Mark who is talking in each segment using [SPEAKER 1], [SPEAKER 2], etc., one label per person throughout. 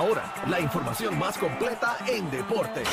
[SPEAKER 1] hora. La información más completa en deporte.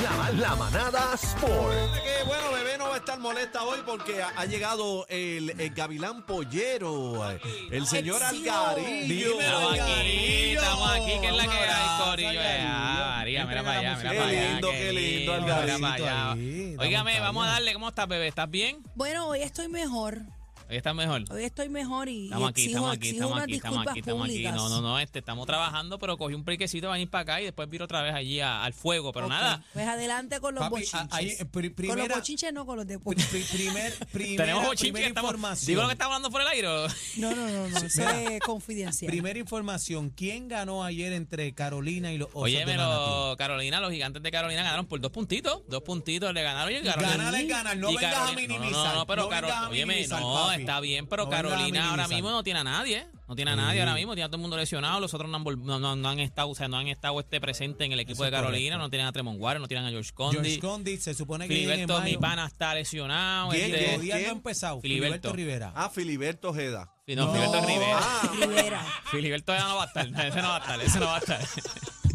[SPEAKER 1] La, la manada Sport.
[SPEAKER 2] Que, bueno, bebé no va a estar molesta hoy porque ha, ha llegado el, el gavilán pollero, eh, el señor
[SPEAKER 3] Exio.
[SPEAKER 2] Algarillo.
[SPEAKER 3] Dímelo,
[SPEAKER 4] Estamos aquí,
[SPEAKER 3] Algarillo.
[SPEAKER 4] estamos aquí, que es la que hay,
[SPEAKER 3] Abrazo,
[SPEAKER 4] Corillo. Eh, ah, María, mira para allá, mira
[SPEAKER 2] Qué
[SPEAKER 4] para allá.
[SPEAKER 2] lindo, qué lindo,
[SPEAKER 4] mira
[SPEAKER 2] Algarito
[SPEAKER 4] para allá.
[SPEAKER 2] ahí, dame
[SPEAKER 4] Óigame,
[SPEAKER 2] caña.
[SPEAKER 4] vamos a darle, ¿cómo estás, bebé? ¿Estás bien?
[SPEAKER 3] Bueno, hoy estoy mejor.
[SPEAKER 4] Hoy estás mejor.
[SPEAKER 3] Hoy estoy mejor y, y
[SPEAKER 4] Estamos aquí,
[SPEAKER 3] exijo,
[SPEAKER 4] estamos aquí,
[SPEAKER 3] exijo
[SPEAKER 4] estamos
[SPEAKER 3] unas
[SPEAKER 4] aquí, estamos
[SPEAKER 3] disculpas
[SPEAKER 4] aquí, estamos aquí.
[SPEAKER 3] públicas.
[SPEAKER 4] No, no, no, este, estamos trabajando, pero cogí un brequecito para ir para acá y después viro otra vez allí a- al fuego. Pero
[SPEAKER 3] Ok,
[SPEAKER 4] nada,
[SPEAKER 3] Pues adelante con los
[SPEAKER 5] Papi,
[SPEAKER 3] bochinches.
[SPEAKER 5] a- ahí, eh, pri-
[SPEAKER 3] Con los
[SPEAKER 5] primera-
[SPEAKER 3] bochinches no, con los de
[SPEAKER 5] Pri- pri- primer, primera,
[SPEAKER 4] tenemos
[SPEAKER 5] primera
[SPEAKER 4] bochinche, estamos.
[SPEAKER 5] información.
[SPEAKER 4] Digo lo que estamos hablando por el aire. ¿o?
[SPEAKER 3] No, no, no, no, eso
[SPEAKER 5] Mira,
[SPEAKER 3] es confidencial.
[SPEAKER 5] Primera información. ¿Quién ganó ayer entre Carolina y los Osos
[SPEAKER 4] Oye,
[SPEAKER 5] de Manatí?
[SPEAKER 4] Carolina, los gigantes de Carolina ganaron por dos puntitos. Dos puntitos le ganaron y Carolina.
[SPEAKER 5] Ganar es ganar, no
[SPEAKER 4] y
[SPEAKER 5] vengas a
[SPEAKER 4] Carolina- No, no,
[SPEAKER 5] minimizar,
[SPEAKER 4] no, pero
[SPEAKER 5] no
[SPEAKER 4] Carol-
[SPEAKER 5] vengas a
[SPEAKER 4] óyeme,
[SPEAKER 5] minimizar,
[SPEAKER 4] no,
[SPEAKER 5] papi.
[SPEAKER 4] está bien, pero
[SPEAKER 5] No vengas a
[SPEAKER 4] Carolina ahora
[SPEAKER 5] minimizar.
[SPEAKER 4] mismo no tiene a nadie. No tiene a nadie ahora mismo, tiene a todo el mundo lesionado. Los otros no han, vol- no, no- no han estado, o sea, no han estado este presente en el equipo
[SPEAKER 5] Eso
[SPEAKER 4] de
[SPEAKER 5] es
[SPEAKER 4] Carolina.
[SPEAKER 5] correcto.
[SPEAKER 4] No tienen a Tremont Waters, no tienen a George
[SPEAKER 5] George
[SPEAKER 4] Condi.
[SPEAKER 5] Condit se supone que viene en
[SPEAKER 4] Filiberto, mi
[SPEAKER 5] mayo.
[SPEAKER 4] pana, está lesionado.
[SPEAKER 5] Llegó,
[SPEAKER 4] este-
[SPEAKER 2] ¿Quién?
[SPEAKER 5] día no ha
[SPEAKER 2] ¿Quién?
[SPEAKER 5] empezado.
[SPEAKER 4] Filiberto.
[SPEAKER 5] Filiberto Rivera.
[SPEAKER 2] Ah, Filiberto Ojeda.
[SPEAKER 4] no, Filiberto es Rivera.
[SPEAKER 2] Ah,
[SPEAKER 3] Rivera.
[SPEAKER 4] Filiberto ya no va a estar, ese no va a estar, ese no va a estar.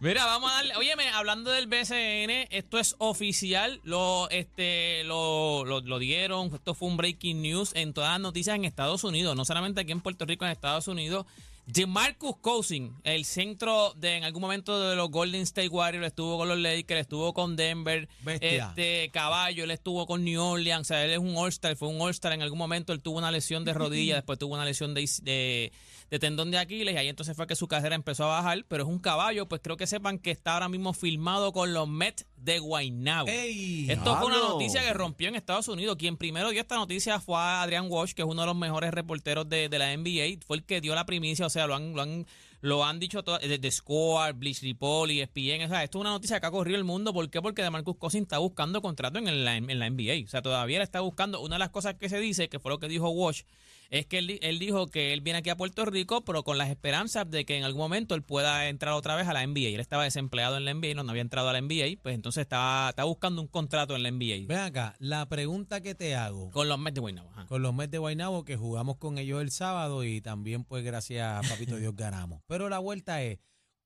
[SPEAKER 4] Mira, vamos a darle, óyeme, hablando del BCN, esto es oficial, lo, este, lo, lo, lo dieron, esto fue un breaking news en todas las noticias en Estados Unidos, no solamente aquí en Puerto Rico, en Estados Unidos. DeMarcus Cousin, el centro de en algún momento de los Golden State Warriors, estuvo con los Lakers, estuvo con Denver,
[SPEAKER 5] Bestia.
[SPEAKER 4] este caballo, él estuvo con New Orleans, o sea, él es un All-Star, fue un All-Star en algún momento, él tuvo una lesión de rodilla, después tuvo una lesión de, is- de, de tendón de Aquiles y ahí entonces fue que su carrera empezó a bajar, pero es un caballo, pues creo que sepan que está ahora mismo filmado con los Mets de Guaynabo.
[SPEAKER 5] ¡Ey!
[SPEAKER 4] Esto fue una
[SPEAKER 2] diablo.
[SPEAKER 4] noticia que rompió en Estados Unidos. Quien primero dio esta noticia fue a Adrian Walsh, que es uno de los mejores reporteros de, de la NBA. Fue el que dio la primicia, o sea, lo han, lo han, lo han dicho todo, desde Score, Bleach Report, E ESPN. O sea, esto es una noticia que ha corrido el mundo. ¿Por qué? Porque DeMarcus Cousins está buscando contrato en la, en la NBA. O sea, todavía la está buscando. Una de las cosas que se dice, que fue lo que dijo Walsh, es que él, di- él dijo que él viene aquí a Puerto Rico, pero con las esperanzas de que en algún momento él pueda entrar otra vez a la NBA. Él estaba desempleado en la NBA, no, no había entrado a la NBA, pues entonces estaba, está buscando un contrato en la NBA
[SPEAKER 5] Ven acá, la pregunta que te hago.
[SPEAKER 4] con los Mets de Guaynabo. ajá.
[SPEAKER 5] Con los Mets de Guaynabo que jugamos con ellos el sábado y también pues gracias a Papito Dios ganamos. Pero la vuelta es,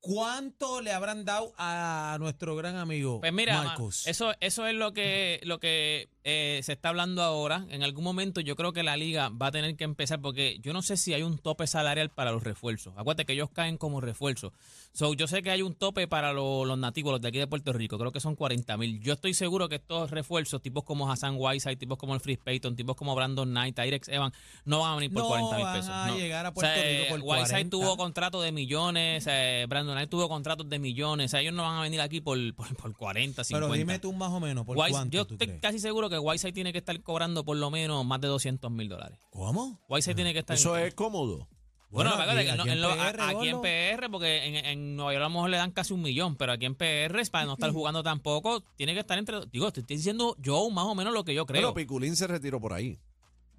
[SPEAKER 5] ¿cuánto le habrán dado a nuestro gran amigo
[SPEAKER 4] Pues mira,
[SPEAKER 5] Marcos?
[SPEAKER 4] ma, eso eso es lo que lo que eh, se está hablando ahora. En algún momento yo creo que la liga va a tener que empezar porque yo no sé si hay un tope salarial para los refuerzos. Acuérdate que ellos caen como refuerzos. So, yo sé que hay un tope para lo- los nativos, los de aquí de Puerto Rico. Creo que son 40 mil. Yo estoy seguro que estos refuerzos, tipos como Hassan Whiteside, tipos como el Fritz Payton, tipos como Brandon Knight, Tyrex Evans, no van a venir por
[SPEAKER 5] No
[SPEAKER 4] 40 mil
[SPEAKER 5] van
[SPEAKER 4] pesos.
[SPEAKER 5] a
[SPEAKER 4] no.
[SPEAKER 5] llegar a Puerto Rico por
[SPEAKER 4] Whiteside
[SPEAKER 5] 40.
[SPEAKER 4] tuvo contratos de millones, eh, Brandon Knight tuvo contratos de millones. O sea, ellos no van a venir aquí por, por, por 40, 50.
[SPEAKER 5] Pero dime tú más o menos, ¿por
[SPEAKER 4] Wise-
[SPEAKER 5] cuánto
[SPEAKER 4] yo
[SPEAKER 5] tú
[SPEAKER 4] estoy
[SPEAKER 5] crees?
[SPEAKER 4] casi seguro que Whiteside tiene que estar cobrando por lo menos más de 200 mil dólares.
[SPEAKER 5] ¿Cómo?
[SPEAKER 4] Whiteside tiene que estar...
[SPEAKER 2] eso es cómodo.
[SPEAKER 4] Bueno,
[SPEAKER 5] Bueno,
[SPEAKER 4] acuérdate
[SPEAKER 5] aquí-
[SPEAKER 4] que no-
[SPEAKER 5] aquí en
[SPEAKER 4] en lo- a-
[SPEAKER 5] PR,
[SPEAKER 4] aquí en
[SPEAKER 5] Gordo.
[SPEAKER 4] PR, porque en, en Nueva York a lo mejor le dan casi un millón, pero aquí en PR, para no estar jugando tampoco, tiene que estar entre... Digo, te estoy diciendo yo más o menos lo que yo creo.
[SPEAKER 2] Pero Piculín se retiró por ahí.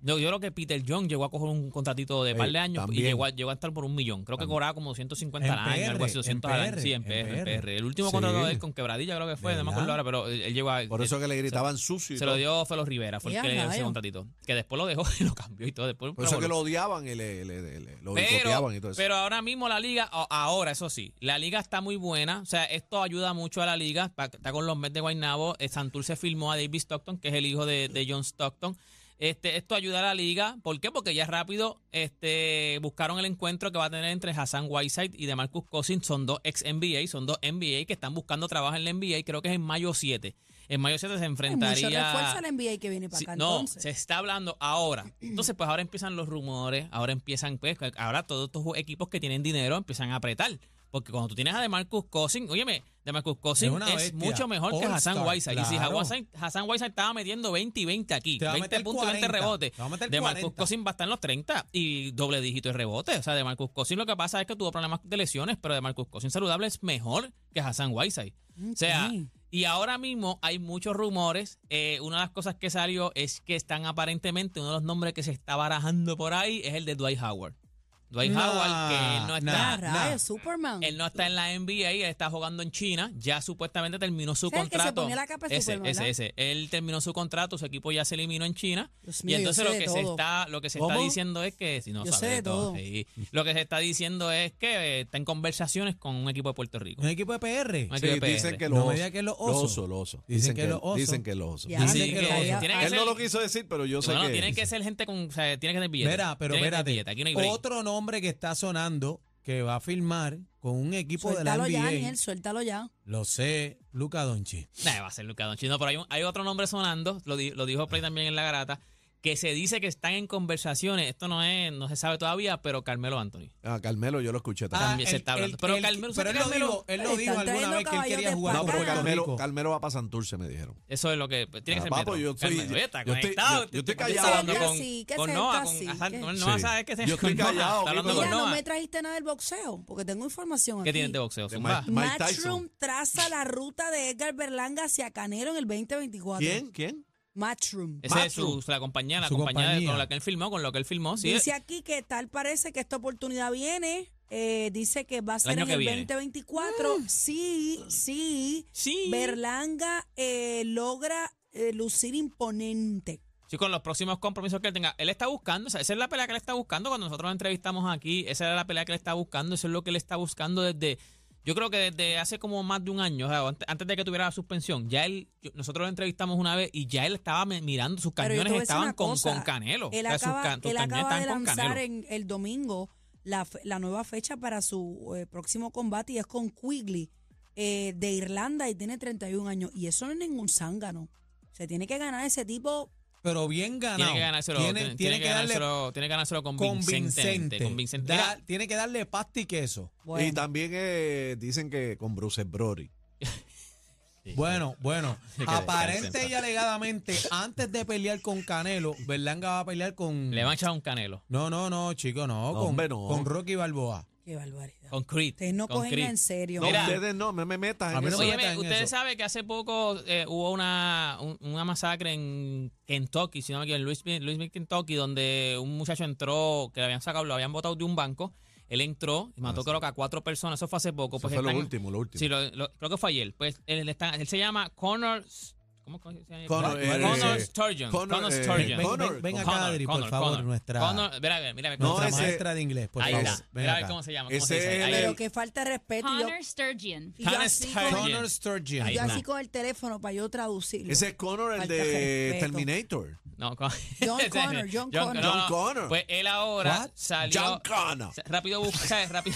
[SPEAKER 4] Yo, yo creo que Peter John llegó a coger un contratito de
[SPEAKER 2] Sí,
[SPEAKER 4] par de años y
[SPEAKER 2] también.
[SPEAKER 4] llegó a, llegó a estar por un millón. Creo que cobraba como 150 al
[SPEAKER 5] En
[SPEAKER 4] año, algo así,
[SPEAKER 5] PR,
[SPEAKER 4] 200 al año. Sí, en
[SPEAKER 5] en
[SPEAKER 4] PR, en
[SPEAKER 5] PR.
[SPEAKER 4] PR. El último
[SPEAKER 5] Sí.
[SPEAKER 4] contrato de él con Quebradilla creo que fue,
[SPEAKER 5] ¿De
[SPEAKER 4] no me acuerdo ahora, pero él, él llegó a...
[SPEAKER 2] Por eso que le gritaban sucio. y
[SPEAKER 4] Se lo
[SPEAKER 2] todo.
[SPEAKER 4] dio Felo Rivera, fue el
[SPEAKER 3] Ya,
[SPEAKER 4] que le dio ese
[SPEAKER 3] rayo.
[SPEAKER 4] contratito. Que después lo dejó y lo cambió y todo. Después,
[SPEAKER 2] Por eso
[SPEAKER 4] pero
[SPEAKER 2] que
[SPEAKER 4] bueno.
[SPEAKER 2] lo odiaban y le, le- le- le- lo
[SPEAKER 4] pero,
[SPEAKER 2] boicoteaban y todo eso.
[SPEAKER 4] pero ahora mismo la liga, a- ahora eso sí, la liga está muy buena. O sea, esto ayuda mucho a la liga. pa- Está con los Mets de Guaynabo. eh, Santurce firmó a David Stockton, que es el hijo de, de John Stockton. Este, esto ayuda a la liga. ¿Por qué? Porque ya rápido este, buscaron el encuentro que va a tener entre Hassan Whiteside y DeMarcus Cousins. Son dos ex NBA, son dos NBA que están buscando trabajo en la NBA. Creo que es en mayo 7. En mayo 7 se
[SPEAKER 3] Hay mucho
[SPEAKER 4] enfrentaría.
[SPEAKER 3] refuerzo al NBA que viene para
[SPEAKER 4] Sí,
[SPEAKER 3] acá
[SPEAKER 4] no,
[SPEAKER 3] entonces.
[SPEAKER 4] se está hablando ahora. Entonces, pues ahora empiezan los rumores, ahora empiezan, pues, ahora todos estos equipos que tienen dinero empiezan a apretar. Porque cuando tú tienes a DeMarcus Cousins, óyeme, DeMarcus Cousins
[SPEAKER 5] Es una
[SPEAKER 4] es,
[SPEAKER 5] bestia.
[SPEAKER 4] mucho mejor que
[SPEAKER 5] All-star,
[SPEAKER 4] Hassan Whiteside. Y si
[SPEAKER 5] claro.
[SPEAKER 4] Hassan, Hassan Whiteside estaba metiendo 20 y 20 aquí,
[SPEAKER 5] Te va a
[SPEAKER 4] 20
[SPEAKER 5] meter
[SPEAKER 4] puntos y 20
[SPEAKER 5] 40,
[SPEAKER 4] rebotes,
[SPEAKER 5] te va a meter
[SPEAKER 4] DeMarcus
[SPEAKER 5] 40.
[SPEAKER 4] Cousins va a estar en los 30 y doble dígito de rebotes. O sea, DeMarcus Cousins lo que pasa es que tuvo problemas de lesiones, pero DeMarcus Cousins saludable es mejor que Hassan Whiteside. O sea,
[SPEAKER 3] Ok.
[SPEAKER 4] y ahora mismo hay muchos rumores. Eh, una de las cosas que salió es que están aparentemente, uno de los nombres que se está barajando por ahí es el de Dwight Howard. Dwight
[SPEAKER 5] Nah,
[SPEAKER 4] Howard, que él no
[SPEAKER 5] nah.
[SPEAKER 4] está.
[SPEAKER 3] Ah, rayos, Superman.
[SPEAKER 4] Él no está en la NBA, él está jugando en China, ya supuestamente terminó su
[SPEAKER 3] O sea, el que se
[SPEAKER 4] contrato.
[SPEAKER 3] ponía la capa de
[SPEAKER 4] ese,
[SPEAKER 3] Superman,
[SPEAKER 4] ese,
[SPEAKER 3] ¿verdad?
[SPEAKER 4] ese. Él terminó su contrato, su equipo ya se eliminó en China.
[SPEAKER 3] Dios
[SPEAKER 4] y
[SPEAKER 3] mío, yo sé
[SPEAKER 4] entonces lo
[SPEAKER 3] de
[SPEAKER 4] que se
[SPEAKER 3] todo.
[SPEAKER 4] está, lo que se está
[SPEAKER 5] ¿Cómo?
[SPEAKER 4] diciendo es que, si no
[SPEAKER 3] Yo
[SPEAKER 4] sabe
[SPEAKER 3] sé
[SPEAKER 4] de
[SPEAKER 3] de
[SPEAKER 4] todo,
[SPEAKER 3] todo.
[SPEAKER 4] sí. lo que se está diciendo es que eh, está en conversaciones con un equipo de Puerto Rico.
[SPEAKER 5] Un equipo de PR.
[SPEAKER 4] Ay,
[SPEAKER 2] Sí,
[SPEAKER 4] IPR.
[SPEAKER 2] dicen que
[SPEAKER 5] No
[SPEAKER 2] los
[SPEAKER 5] me
[SPEAKER 2] osos.
[SPEAKER 5] diga que los
[SPEAKER 2] Los
[SPEAKER 5] osos.
[SPEAKER 2] osos, los osos.
[SPEAKER 5] Dicen que los osos.
[SPEAKER 2] Dicen que los osos.
[SPEAKER 3] Ya,
[SPEAKER 5] Dicen
[SPEAKER 4] Así
[SPEAKER 5] que
[SPEAKER 4] que
[SPEAKER 5] los osos.
[SPEAKER 4] tiene que
[SPEAKER 2] Él no
[SPEAKER 4] ser-
[SPEAKER 2] lo quiso decir, pero yo sé
[SPEAKER 4] Bueno,
[SPEAKER 2] que...
[SPEAKER 4] tienen que ser gente con, o sea, tiene que tener billetes.
[SPEAKER 5] Mira, pero
[SPEAKER 4] Tiene que
[SPEAKER 5] espérate.
[SPEAKER 4] tener billetes, aquí no hay break.
[SPEAKER 5] Otro nombre que está sonando que va a firmar con un equipo
[SPEAKER 3] Suéltalo
[SPEAKER 5] de la
[SPEAKER 3] ya,
[SPEAKER 5] NBA.
[SPEAKER 3] Daniel, suéltalo ya.
[SPEAKER 5] Lo sé, Luca Donchi.
[SPEAKER 4] Nah, va a ser Luka Doncic. No, pero hay, un- hay otro nombre sonando, lo, di- lo dijo Play también en la garata, que se dice que están en conversaciones. Esto no es, no se sabe todavía, pero Carmelo Anthony.
[SPEAKER 2] Ah, Carmelo, yo lo escuché también.
[SPEAKER 5] Ah,
[SPEAKER 4] se está hablando. Pero Carmelo-
[SPEAKER 5] pero él lo
[SPEAKER 4] Carmelo-
[SPEAKER 5] dijo, él lo
[SPEAKER 3] Están
[SPEAKER 5] dijo alguna
[SPEAKER 3] trayendo
[SPEAKER 5] vez que él quería
[SPEAKER 3] caballos
[SPEAKER 5] jugar
[SPEAKER 3] de
[SPEAKER 2] no, pero
[SPEAKER 3] pero Carmelo-
[SPEAKER 5] con Puerto
[SPEAKER 2] Carmelo,
[SPEAKER 5] Rico.
[SPEAKER 2] Carmelo va para Santurce, me dijeron.
[SPEAKER 4] Eso es lo que pues, tiene
[SPEAKER 2] Ah,
[SPEAKER 4] que ser.
[SPEAKER 2] papo,
[SPEAKER 4] metro.
[SPEAKER 2] yo estoy-
[SPEAKER 4] Carmelo, oye, está
[SPEAKER 2] yo estoy-
[SPEAKER 4] conectado,
[SPEAKER 2] yo- yo estoy
[SPEAKER 4] está
[SPEAKER 2] callado
[SPEAKER 4] hablando
[SPEAKER 2] aquí.
[SPEAKER 4] con,
[SPEAKER 3] Sí, que
[SPEAKER 4] con
[SPEAKER 3] sea
[SPEAKER 4] Noah,
[SPEAKER 3] el
[SPEAKER 4] con
[SPEAKER 3] cacique.
[SPEAKER 4] Hassan- con Noah,
[SPEAKER 2] Sí.
[SPEAKER 4] ¿sabes qué?
[SPEAKER 2] Yo estoy
[SPEAKER 4] con Noah,
[SPEAKER 2] callado,
[SPEAKER 4] está hablando
[SPEAKER 2] Kiko.
[SPEAKER 4] con
[SPEAKER 3] Mira, no
[SPEAKER 4] Noah.
[SPEAKER 3] me trajiste nada del boxeo, porque tengo información
[SPEAKER 4] ¿Qué
[SPEAKER 3] aquí.
[SPEAKER 4] tienen de boxeo?
[SPEAKER 2] De
[SPEAKER 4] Zumba.
[SPEAKER 2] Mike- Mike
[SPEAKER 3] Matchroom
[SPEAKER 2] Tyson.
[SPEAKER 3] traza la ruta de Edgar Berlanga hacia Canero en el 2024.
[SPEAKER 2] ¿Quién? ¿Quién?
[SPEAKER 3] Matchroom.
[SPEAKER 4] Esa es
[SPEAKER 2] Matthew.
[SPEAKER 4] su, la compañía, la
[SPEAKER 5] Su
[SPEAKER 4] compañía, de-
[SPEAKER 5] compañía.
[SPEAKER 4] con la que él filmó, con lo que él filmó. Sí, eh.
[SPEAKER 3] Dice aquí que tal parece que esta oportunidad viene. eh, dice que va a ser
[SPEAKER 4] año
[SPEAKER 3] en
[SPEAKER 4] que
[SPEAKER 3] el
[SPEAKER 4] viene. Mm.
[SPEAKER 3] 2024. Sí, sí.
[SPEAKER 4] sí.
[SPEAKER 3] Berlanga eh, logra eh, lucir imponente.
[SPEAKER 4] Sí, con los próximos compromisos que él tenga. Él está buscando, o sea, esa es la pelea que él está buscando cuando nosotros lo entrevistamos aquí. Esa era la pelea que él está buscando, eso es lo que él está buscando desde, yo creo que desde hace como más de un año, o sea, antes, antes de que tuviera la suspensión. Ya él, yo- nosotros lo entrevistamos una vez y ya él estaba me- mirando, sus
[SPEAKER 3] Pero yo te
[SPEAKER 4] cañones
[SPEAKER 3] voy a decir
[SPEAKER 4] estaban
[SPEAKER 3] una
[SPEAKER 4] con,
[SPEAKER 3] cosa.
[SPEAKER 4] con Canelo.
[SPEAKER 3] Él
[SPEAKER 4] O sea, sus
[SPEAKER 3] acaba,
[SPEAKER 4] can- sus
[SPEAKER 3] él
[SPEAKER 4] cañones
[SPEAKER 3] acaba de
[SPEAKER 4] estaban con
[SPEAKER 3] lanzar
[SPEAKER 4] Canelo.
[SPEAKER 3] en el domingo la, fe- la nueva fecha para su eh, próximo combate y es con Quigley eh, de Irlanda y tiene 31 años. Y eso no es ningún zángano. Se tiene que ganar ese tipo.
[SPEAKER 5] Pero bien ganado.
[SPEAKER 4] Tiene que ganárselo,
[SPEAKER 5] Tiene,
[SPEAKER 4] tiene,
[SPEAKER 5] tiene
[SPEAKER 4] que
[SPEAKER 5] que darle
[SPEAKER 4] ganárselo, tiene que ganárselo convincentemente.
[SPEAKER 5] convincente.
[SPEAKER 4] convincente.
[SPEAKER 5] Da-
[SPEAKER 4] Mira,
[SPEAKER 5] tiene que darle pasta y queso.
[SPEAKER 3] Bueno,
[SPEAKER 2] Y también eh, dicen que con Bruce Brody.
[SPEAKER 5] Bueno, bueno.
[SPEAKER 4] que descansen,
[SPEAKER 5] Aparente
[SPEAKER 4] pa.
[SPEAKER 5] y alegadamente, antes de pelear con Canelo, Berlanga va a pelear con.
[SPEAKER 4] le van a echar un Canelo.
[SPEAKER 5] No, no, no, chico, no.
[SPEAKER 2] No,
[SPEAKER 5] con,
[SPEAKER 2] hombre, no.
[SPEAKER 5] con Rocky Balboa.
[SPEAKER 3] qué barbaridad.
[SPEAKER 4] Con Creed.
[SPEAKER 3] Ustedes no
[SPEAKER 4] con
[SPEAKER 3] cogen
[SPEAKER 4] Creed.
[SPEAKER 3] en serio.
[SPEAKER 2] No,
[SPEAKER 4] Mira.
[SPEAKER 2] ustedes no, me, me metas
[SPEAKER 5] A
[SPEAKER 2] en
[SPEAKER 5] mí no
[SPEAKER 2] eso.
[SPEAKER 5] me
[SPEAKER 4] Oye,
[SPEAKER 5] metan en
[SPEAKER 4] ustedes
[SPEAKER 5] eso.
[SPEAKER 4] saben que hace poco eh, hubo una, un- una masacre en Kentucky, si no me equivoco, en Louisville, Louisville, Kentucky, donde un muchacho entró, que lo habían sacado, lo habían botado de un banco. Él entró y mató creo que a cuatro personas. Eso fue hace poco.
[SPEAKER 2] Eso
[SPEAKER 4] pues
[SPEAKER 2] fue lo
[SPEAKER 4] están-
[SPEAKER 2] último, lo último.
[SPEAKER 4] Sí, lo- lo- creo que fue ayer. Pues él, está- él se llama Connor... S- ¿Cómo coño se llama?
[SPEAKER 5] Connor, eh,
[SPEAKER 4] Connor
[SPEAKER 2] eh,
[SPEAKER 4] Sturgeon.
[SPEAKER 2] Connor,
[SPEAKER 4] Connor
[SPEAKER 2] eh,
[SPEAKER 5] Ven,
[SPEAKER 4] Sturgeon.
[SPEAKER 5] ven-
[SPEAKER 2] Connor,
[SPEAKER 5] ven- ven acá,
[SPEAKER 4] Connor,
[SPEAKER 5] Adri,
[SPEAKER 4] Connor,
[SPEAKER 5] por favor,
[SPEAKER 4] Connor.
[SPEAKER 5] nuestra,
[SPEAKER 4] Connor, mira, mira, mira,
[SPEAKER 2] No,
[SPEAKER 5] nuestra
[SPEAKER 2] ese-
[SPEAKER 5] maestra de inglés. Por
[SPEAKER 4] ahí
[SPEAKER 5] favor.
[SPEAKER 4] está.
[SPEAKER 5] Ven
[SPEAKER 4] Mira a ver
[SPEAKER 5] acá.
[SPEAKER 4] cómo se llama. cómo
[SPEAKER 2] Ese
[SPEAKER 4] se dice. Ahí-
[SPEAKER 2] es
[SPEAKER 3] Pero
[SPEAKER 2] el-
[SPEAKER 3] que falta de respeto. y yo-
[SPEAKER 6] Connor Sturgeon.
[SPEAKER 3] y yo,
[SPEAKER 4] Connor
[SPEAKER 3] así con-
[SPEAKER 4] Sturgeon.
[SPEAKER 5] Connor Sturgeon.
[SPEAKER 4] Ahí
[SPEAKER 3] yo
[SPEAKER 4] está.
[SPEAKER 3] así con el teléfono para yo traducirlo.
[SPEAKER 2] Ese es Connor, el
[SPEAKER 3] Falta de
[SPEAKER 2] de
[SPEAKER 3] respeto.
[SPEAKER 2] Terminator.
[SPEAKER 4] No, con-
[SPEAKER 3] John Connor, John Connor.
[SPEAKER 2] John Connor.
[SPEAKER 4] Pues él ahora
[SPEAKER 5] What?
[SPEAKER 4] salió.
[SPEAKER 2] John Connor.
[SPEAKER 4] sa- Rápido busca, rápido.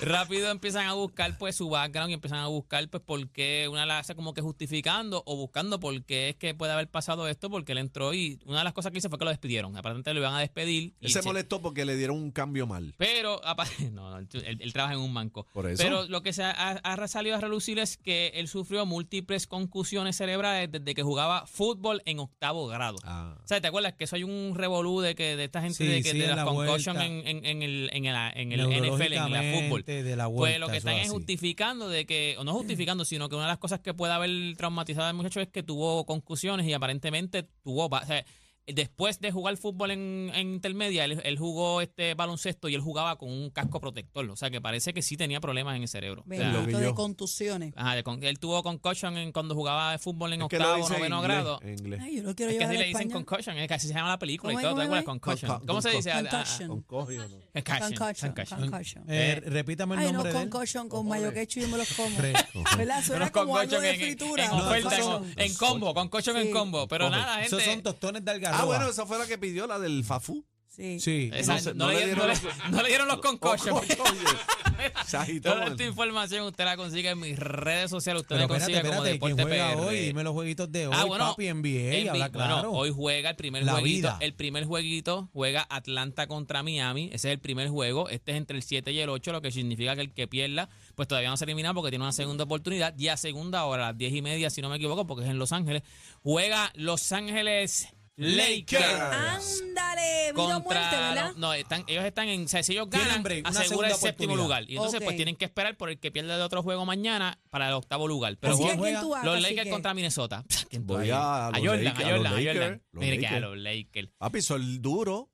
[SPEAKER 4] rápido empiezan a buscar pues su background y empiezan a buscar pues por qué una la hace como que justificando o buscando por qué es que puede haber pasado esto porque él entró y una de las cosas que hizo fue que lo despidieron. Aparentemente lo iban a despedir. y
[SPEAKER 2] Él se
[SPEAKER 4] se-
[SPEAKER 2] molestó porque le dieron un cambio mal.
[SPEAKER 4] pero, apa- no, no, él, él trabaja en un banco.
[SPEAKER 2] Por eso.
[SPEAKER 4] Pero lo que se ha, ha salido a relucir es que él sufrió múltiples concusiones cerebrales desde que jugaba fútbol en octavo grado.
[SPEAKER 2] Ah.
[SPEAKER 4] O sea, ¿te acuerdas que eso hay un revolú de que de esta gente
[SPEAKER 5] Sí,
[SPEAKER 4] de que
[SPEAKER 5] sí,
[SPEAKER 4] de
[SPEAKER 5] en
[SPEAKER 4] las
[SPEAKER 5] la
[SPEAKER 4] concussion
[SPEAKER 5] vuelta.
[SPEAKER 4] en, en- en el, en, la- en el NFL, en la fútbol?
[SPEAKER 5] Neurológicamente, de la
[SPEAKER 4] Pues lo
[SPEAKER 5] vuelta,
[SPEAKER 4] que
[SPEAKER 5] eso
[SPEAKER 4] están es
[SPEAKER 5] así.
[SPEAKER 4] justificando de que, o no justificando, sino que una de las cosas que puede haber traumatizado al muchacho es que tuvo concusiones y aparentemente tuvo, va- o sea, después de jugar fútbol en, en intermedia, él, él jugó este baloncesto y él jugaba con un casco protector, o sea que parece que sí tenía problemas en el cerebro. O sea,
[SPEAKER 2] Lo vi
[SPEAKER 3] Bendito de
[SPEAKER 2] yo.
[SPEAKER 3] contusiones.
[SPEAKER 4] ajá, de con- él tuvo concussion en- cuando jugaba fútbol en
[SPEAKER 2] Es que lo
[SPEAKER 4] octavo,
[SPEAKER 2] dice en
[SPEAKER 4] noveno
[SPEAKER 2] inglés,
[SPEAKER 4] grado.
[SPEAKER 2] en inglés.
[SPEAKER 3] Ay, yo lo quiero
[SPEAKER 4] Es que
[SPEAKER 3] llevar
[SPEAKER 4] así
[SPEAKER 3] a
[SPEAKER 4] le dicen
[SPEAKER 3] España.
[SPEAKER 4] concussion, es que así se llama la película y
[SPEAKER 3] ¿Cómo
[SPEAKER 4] todo,
[SPEAKER 3] es,
[SPEAKER 4] ¿te
[SPEAKER 3] cómo
[SPEAKER 4] acuerdas?
[SPEAKER 3] es?
[SPEAKER 4] Concussion.
[SPEAKER 2] Concu-
[SPEAKER 4] ¿Cómo se dice?
[SPEAKER 3] Concussion.
[SPEAKER 2] Concogido, ¿no?
[SPEAKER 4] Ah, ah, Concussion.
[SPEAKER 3] Concussion,
[SPEAKER 4] Concussion.
[SPEAKER 3] concussion.
[SPEAKER 5] Eh,
[SPEAKER 4] Eh,
[SPEAKER 5] repítame el
[SPEAKER 3] Ay, no,
[SPEAKER 5] nombre de él.
[SPEAKER 3] concussion con mayo quechu yo me los como.
[SPEAKER 5] Fresco.
[SPEAKER 3] ¿Verdad? Suena
[SPEAKER 4] Unos
[SPEAKER 3] como algo
[SPEAKER 4] concussion
[SPEAKER 3] de
[SPEAKER 4] en, en,
[SPEAKER 3] fritura.
[SPEAKER 4] en oferta, en-
[SPEAKER 3] Concussion.
[SPEAKER 4] en combo, concussion en
[SPEAKER 3] Sí.
[SPEAKER 4] combo. Pero
[SPEAKER 5] Coge.
[SPEAKER 4] nada, gente.
[SPEAKER 5] Esos son tostones de algarroba.
[SPEAKER 2] Ah, bueno, esa fue la que pidió, la del Fafú.
[SPEAKER 3] Sí.
[SPEAKER 5] Sí.
[SPEAKER 4] Esa-
[SPEAKER 2] No sé,
[SPEAKER 4] no,
[SPEAKER 2] no
[SPEAKER 4] le,
[SPEAKER 2] le
[SPEAKER 4] no le-
[SPEAKER 2] dieron
[SPEAKER 4] no le dieron los
[SPEAKER 5] Oh,
[SPEAKER 4] concussions.
[SPEAKER 2] Se agitó.
[SPEAKER 4] Toda esta información usted la consigue en mis redes sociales. Usted
[SPEAKER 5] Pero
[SPEAKER 4] la
[SPEAKER 5] espérate,
[SPEAKER 4] consigue como
[SPEAKER 5] espérate, ¿quién
[SPEAKER 4] Deporte
[SPEAKER 5] juega
[SPEAKER 4] PR.
[SPEAKER 5] hoy? Dime los jueguitos de hoy,
[SPEAKER 4] Ah, bueno,
[SPEAKER 5] papi, NBA,
[SPEAKER 4] NBA,
[SPEAKER 5] habla
[SPEAKER 4] bueno,
[SPEAKER 5] claro.
[SPEAKER 4] hoy juega el primer
[SPEAKER 5] La
[SPEAKER 4] jueguito.
[SPEAKER 5] vida.
[SPEAKER 4] El primer jueguito juega Atlanta contra Miami. Ese es el primer juego. Este es entre el 7 y el 8, lo que significa que el que pierda, pues todavía no se elimina porque tiene una segunda oportunidad. Y a segunda hora, a las 10 y media, si no me equivoco, porque es en Los Ángeles, juega Los Ángeles Lakers.
[SPEAKER 3] Ándale, vida o muerte,
[SPEAKER 4] Contra,
[SPEAKER 3] ¿verdad?
[SPEAKER 4] no, no, están, ellos están en, o sea, si ellos
[SPEAKER 5] Tienen
[SPEAKER 4] ganan,
[SPEAKER 5] break, una
[SPEAKER 4] asegura
[SPEAKER 5] segunda
[SPEAKER 4] el séptimo
[SPEAKER 5] oportunidad.
[SPEAKER 4] lugar. Y entonces,
[SPEAKER 3] Ok.
[SPEAKER 4] pues tienen que esperar por el que pierda el otro juego mañana para el octavo lugar. Pero
[SPEAKER 3] Así
[SPEAKER 5] Juan
[SPEAKER 3] que ¿a quién
[SPEAKER 5] juega
[SPEAKER 3] tú vas,
[SPEAKER 4] los
[SPEAKER 3] así
[SPEAKER 4] Lakers
[SPEAKER 3] que-
[SPEAKER 4] contra Minnesota. ¿Quién
[SPEAKER 2] Voy
[SPEAKER 4] va
[SPEAKER 2] a
[SPEAKER 4] ir?
[SPEAKER 2] los
[SPEAKER 4] Jordan,
[SPEAKER 2] Lakers,
[SPEAKER 4] a
[SPEAKER 2] a los
[SPEAKER 4] Jordan, a
[SPEAKER 2] Lakers,
[SPEAKER 4] Jordan.
[SPEAKER 2] los
[SPEAKER 4] Mire que a
[SPEAKER 2] Lakers.
[SPEAKER 4] los Lakers.
[SPEAKER 2] Papi, eso es duro.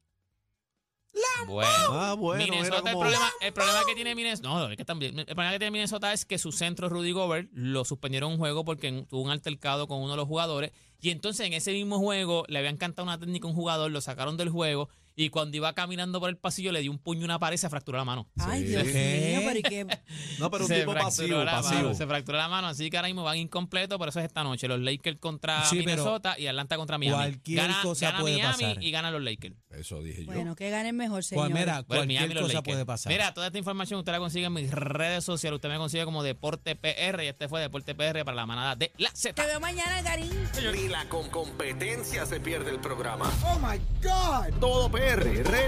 [SPEAKER 4] Bueno.
[SPEAKER 2] Ah, bueno, era
[SPEAKER 4] Minnesota, el
[SPEAKER 2] como-
[SPEAKER 4] problema, el problema que tiene Minnesota, no, es que también, el problema que tiene Minnesota es que su centro Rudy Gobert lo suspendieron un juego porque en- tuvo un altercado con uno de los jugadores y entonces en ese mismo juego le habían cantado una técnica a un jugador, lo sacaron del juego y cuando iba caminando por el pasillo le dio un puño a una pared y se fracturó la mano.
[SPEAKER 3] Ay,
[SPEAKER 2] Sí.
[SPEAKER 3] Dios
[SPEAKER 5] ¿Qué?
[SPEAKER 3] mío, pero ¿y qué?
[SPEAKER 2] No, pero un
[SPEAKER 4] se
[SPEAKER 2] tipo
[SPEAKER 4] fracturó
[SPEAKER 2] pasivo,
[SPEAKER 4] la mano,
[SPEAKER 2] pasivo.
[SPEAKER 4] se fracturó la mano, así que ahora mismo van incompleto, pero eso es esta noche, los Lakers contra
[SPEAKER 5] Sí, pero
[SPEAKER 4] Minnesota y Atlanta contra Miami.
[SPEAKER 5] cualquier
[SPEAKER 4] gana,
[SPEAKER 5] cosa
[SPEAKER 4] gana
[SPEAKER 5] puede
[SPEAKER 4] Miami
[SPEAKER 5] pasar.
[SPEAKER 4] y ganan los Lakers.
[SPEAKER 2] Eso dije yo.
[SPEAKER 3] Bueno, que ganen mejor,
[SPEAKER 5] Cual-
[SPEAKER 3] señor.
[SPEAKER 5] Pues mira,
[SPEAKER 4] Bueno,
[SPEAKER 5] cualquier
[SPEAKER 4] Miami, los
[SPEAKER 5] cosa
[SPEAKER 4] Lakers.
[SPEAKER 5] puede pasar.
[SPEAKER 4] Mira, toda esta información usted la consigue en mis redes sociales. Usted me consigue como Deporte PR y este fue Deporte PR para la manada de la Z.
[SPEAKER 3] Te veo mañana, Karim.
[SPEAKER 1] Ni la con competencia se pierde el programa. Oh E my God. Todo PR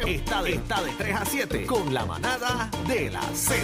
[SPEAKER 1] está de, está de 3 a 7 con la manada de la Z.